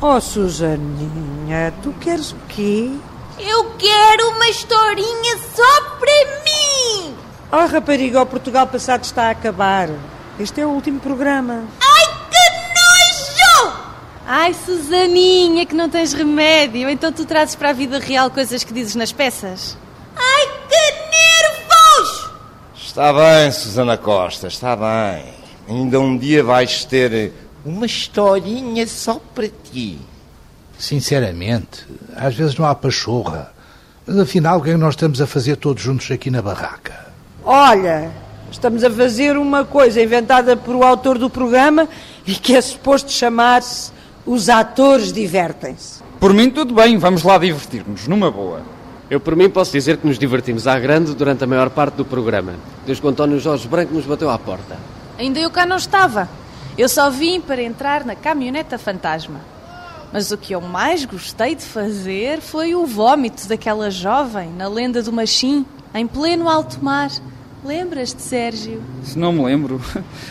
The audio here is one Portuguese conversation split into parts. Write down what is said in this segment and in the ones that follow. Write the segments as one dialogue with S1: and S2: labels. S1: Oh, Susaninha, tu queres o quê?
S2: Eu quero uma historinha só para mim!
S1: Oh, rapariga, o Portugal passado está a acabar. Este é o último programa.
S2: Ai, que nojo!
S3: Ai, Susaninha, que não tens remédio. Então tu trazes para a vida real coisas que dizes nas peças.
S2: Ai, que nervos!
S4: Está bem, Susana Costa, está bem. Ainda um dia vais ter uma historinha só para ti.
S5: Sinceramente, às vezes não há pachorra. Mas afinal, o que é que nós estamos a fazer todos juntos aqui na barraca?
S1: Olha, estamos a fazer uma coisa inventada por o autor do programa e que é suposto chamar-se Os Atores Divertem-se.
S6: Por mim, tudo bem, vamos lá divertir-nos, numa boa.
S7: Eu, por mim, posso dizer que nos divertimos à grande durante a maior parte do programa, desde que o António Jorge Branco nos bateu à porta.
S3: Ainda eu cá não estava. Eu só vim para entrar na caminhoneta fantasma. Mas o que eu mais gostei de fazer foi o vómito daquela jovem na lenda do Machim, em pleno alto mar. Lembras-te, Sérgio?
S6: Se não me lembro,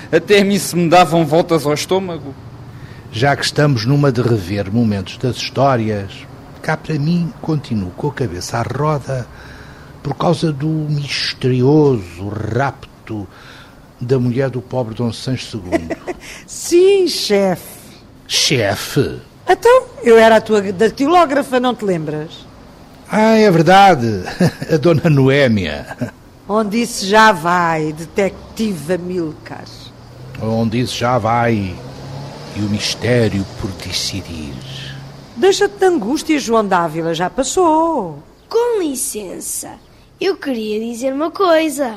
S6: até a mim se me davam voltas ao estômago.
S5: Já que estamos numa de rever momentos das histórias, cá para mim continuo com a cabeça à roda por causa do misterioso rapto da mulher do pobre Dom Sancho II.
S1: Sim, chefe.
S5: Chefe!
S1: Então, eu era a tua datilógrafa, não te lembras?
S5: Ah, é verdade! A Dona Noémia.
S1: Onde isso já vai, detective Amilcar.
S5: Onde isso já vai e o mistério por decidir.
S1: Deixa-te de angústia, João Dávila, já passou.
S8: Com licença, eu queria dizer uma coisa.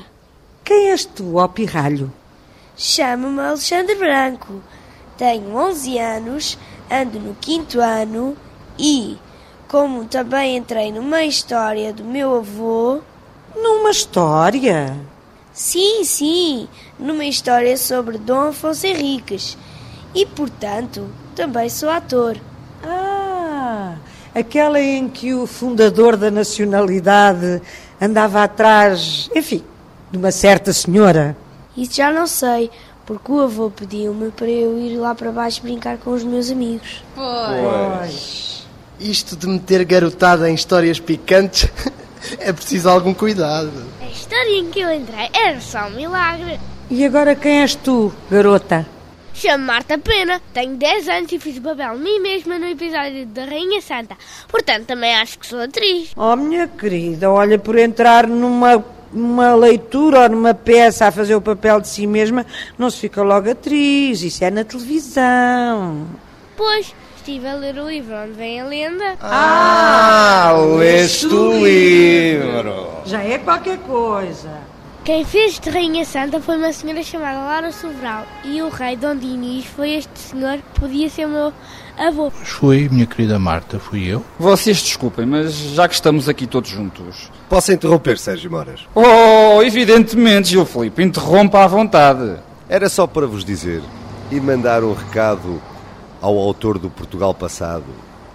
S1: Quem és tu, ó pirralho?
S8: Chamo-me Alexandre Branco. Tenho 11 anos, ando no quinto ano e, como também entrei numa história do meu avô,
S1: Numa história.
S8: sim, sim, numa história sobre Dom Afonso Henriques. E, portanto, também sou ator.
S1: Ah, aquela em que o fundador da nacionalidade andava atrás, enfim, de uma certa senhora.
S8: Isso já não sei, porque o avô pediu-me para eu ir lá para baixo brincar com os meus amigos.
S9: Isto de meter garotada em histórias picantes é preciso algum cuidado.
S10: A história em que eu entrei era só um milagre.
S1: E agora quem és tu, garota?
S10: Chamo Marta Pena, tenho 10 anos e fiz Babel mim mesma no episódio da Rainha Santa. Portanto, também acho que sou atriz.
S1: Oh, minha querida, olha, por entrar numa, numa leitura ou numa peça a fazer o papel de si mesma, não se fica logo atriz, isso é na televisão.
S10: Pois, estive a ler o livro onde vem a lenda.
S4: Ah, leste o livro.
S1: Já é qualquer coisa.
S10: Quem fez de Rainha Santa foi uma senhora chamada Laura Sobral. E o rei Dom Dinis foi este senhor que podia ser meu avô.
S5: Mas fui, minha querida Marta, fui eu.
S6: Vocês desculpem, mas já que estamos aqui todos juntos.
S11: Posso interromper, Sérgio Moras?
S6: Oh, evidentemente, Gil Felipe, interrompa à vontade.
S11: Era só para vos dizer e mandar um recado ao autor do Portugal Passado,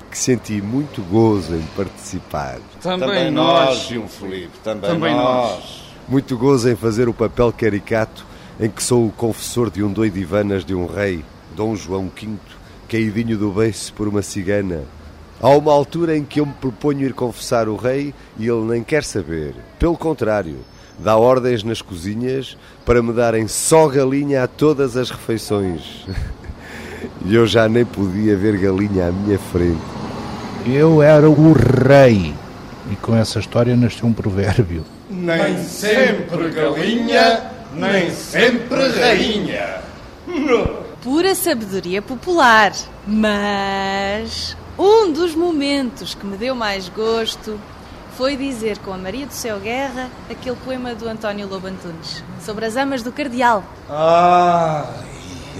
S11: que senti muito gozo em participar.
S6: Também, nós.
S4: Gil um Felipe, também,
S6: Também nós.
S11: Muito gozo em fazer o papel caricato em que sou o confessor de um doidivanas de um rei, Dom João V, caidinho do beiço por uma cigana. Há uma altura em que eu me proponho ir confessar o rei e ele nem quer saber. Pelo contrário, dá ordens nas cozinhas para me darem só galinha a todas as refeições. E eu já nem podia ver galinha à minha frente.
S5: Eu era o rei. E com essa história nasceu um provérbio.
S4: Nem sempre galinha, nem sempre rainha.
S3: Pura sabedoria popular. Mas um dos momentos que me deu mais gosto foi dizer com a Maria do Céu Guerra aquele poema do António Lobo Antunes sobre as amas do cardeal.
S4: Ai,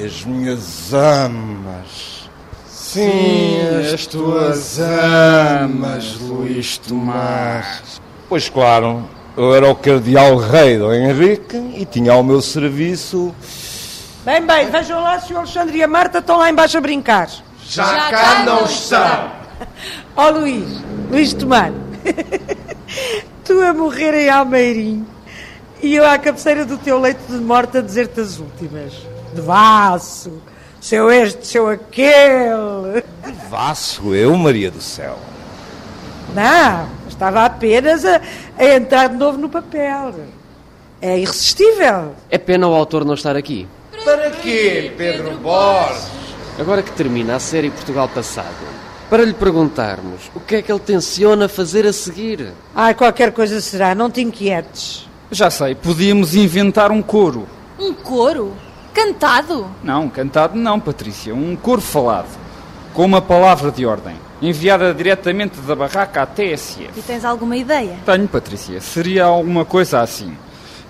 S4: as minhas amas. Sim, as tuas amas, Luís Tomás. Pois claro, eu era o cardeal rei Dom Henrique e tinha ao meu serviço
S1: Bem, bem, vejam lá se o Alexandre e a Marta estão lá embaixo a brincar.
S3: Já cá não está.
S1: Ó Luís, Luís Tomar, tu a morrer em Almeirim e eu à cabeceira do teu leito de morte a dizer-te as últimas. De vasso, seu este, seu aquele.
S4: Cavasso, eu, Maria do Céu.
S1: Não, estava apenas a, a entrar de novo no papel. É irresistível.
S7: É pena o autor não estar aqui.
S4: Para quê, Pedro Borges?
S7: Agora que termina a série Portugal Passado, para lhe perguntarmos o que é que ele tenciona fazer a seguir.
S1: Ai, Ah, qualquer coisa será, não te inquietes.
S6: Já sei, podíamos inventar um coro.
S2: Um coro? Cantado?
S6: Não, cantado não, Patrícia. Um coro falado. Com uma palavra de ordem. Enviada diretamente da barraca à TSF.
S3: E tens alguma ideia?
S6: Tenho, Patrícia. Seria alguma coisa assim.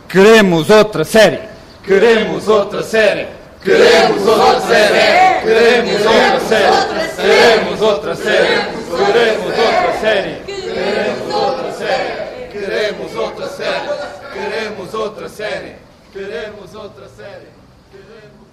S6: Queremos outra série!
S12: Queremos outra série! Queremos outra série! Queremos outra série! Queremos outra série! Queremos outra série! Queremos outra série! Queremos outra série! Queremos outra série! Queremos outra série! Queremos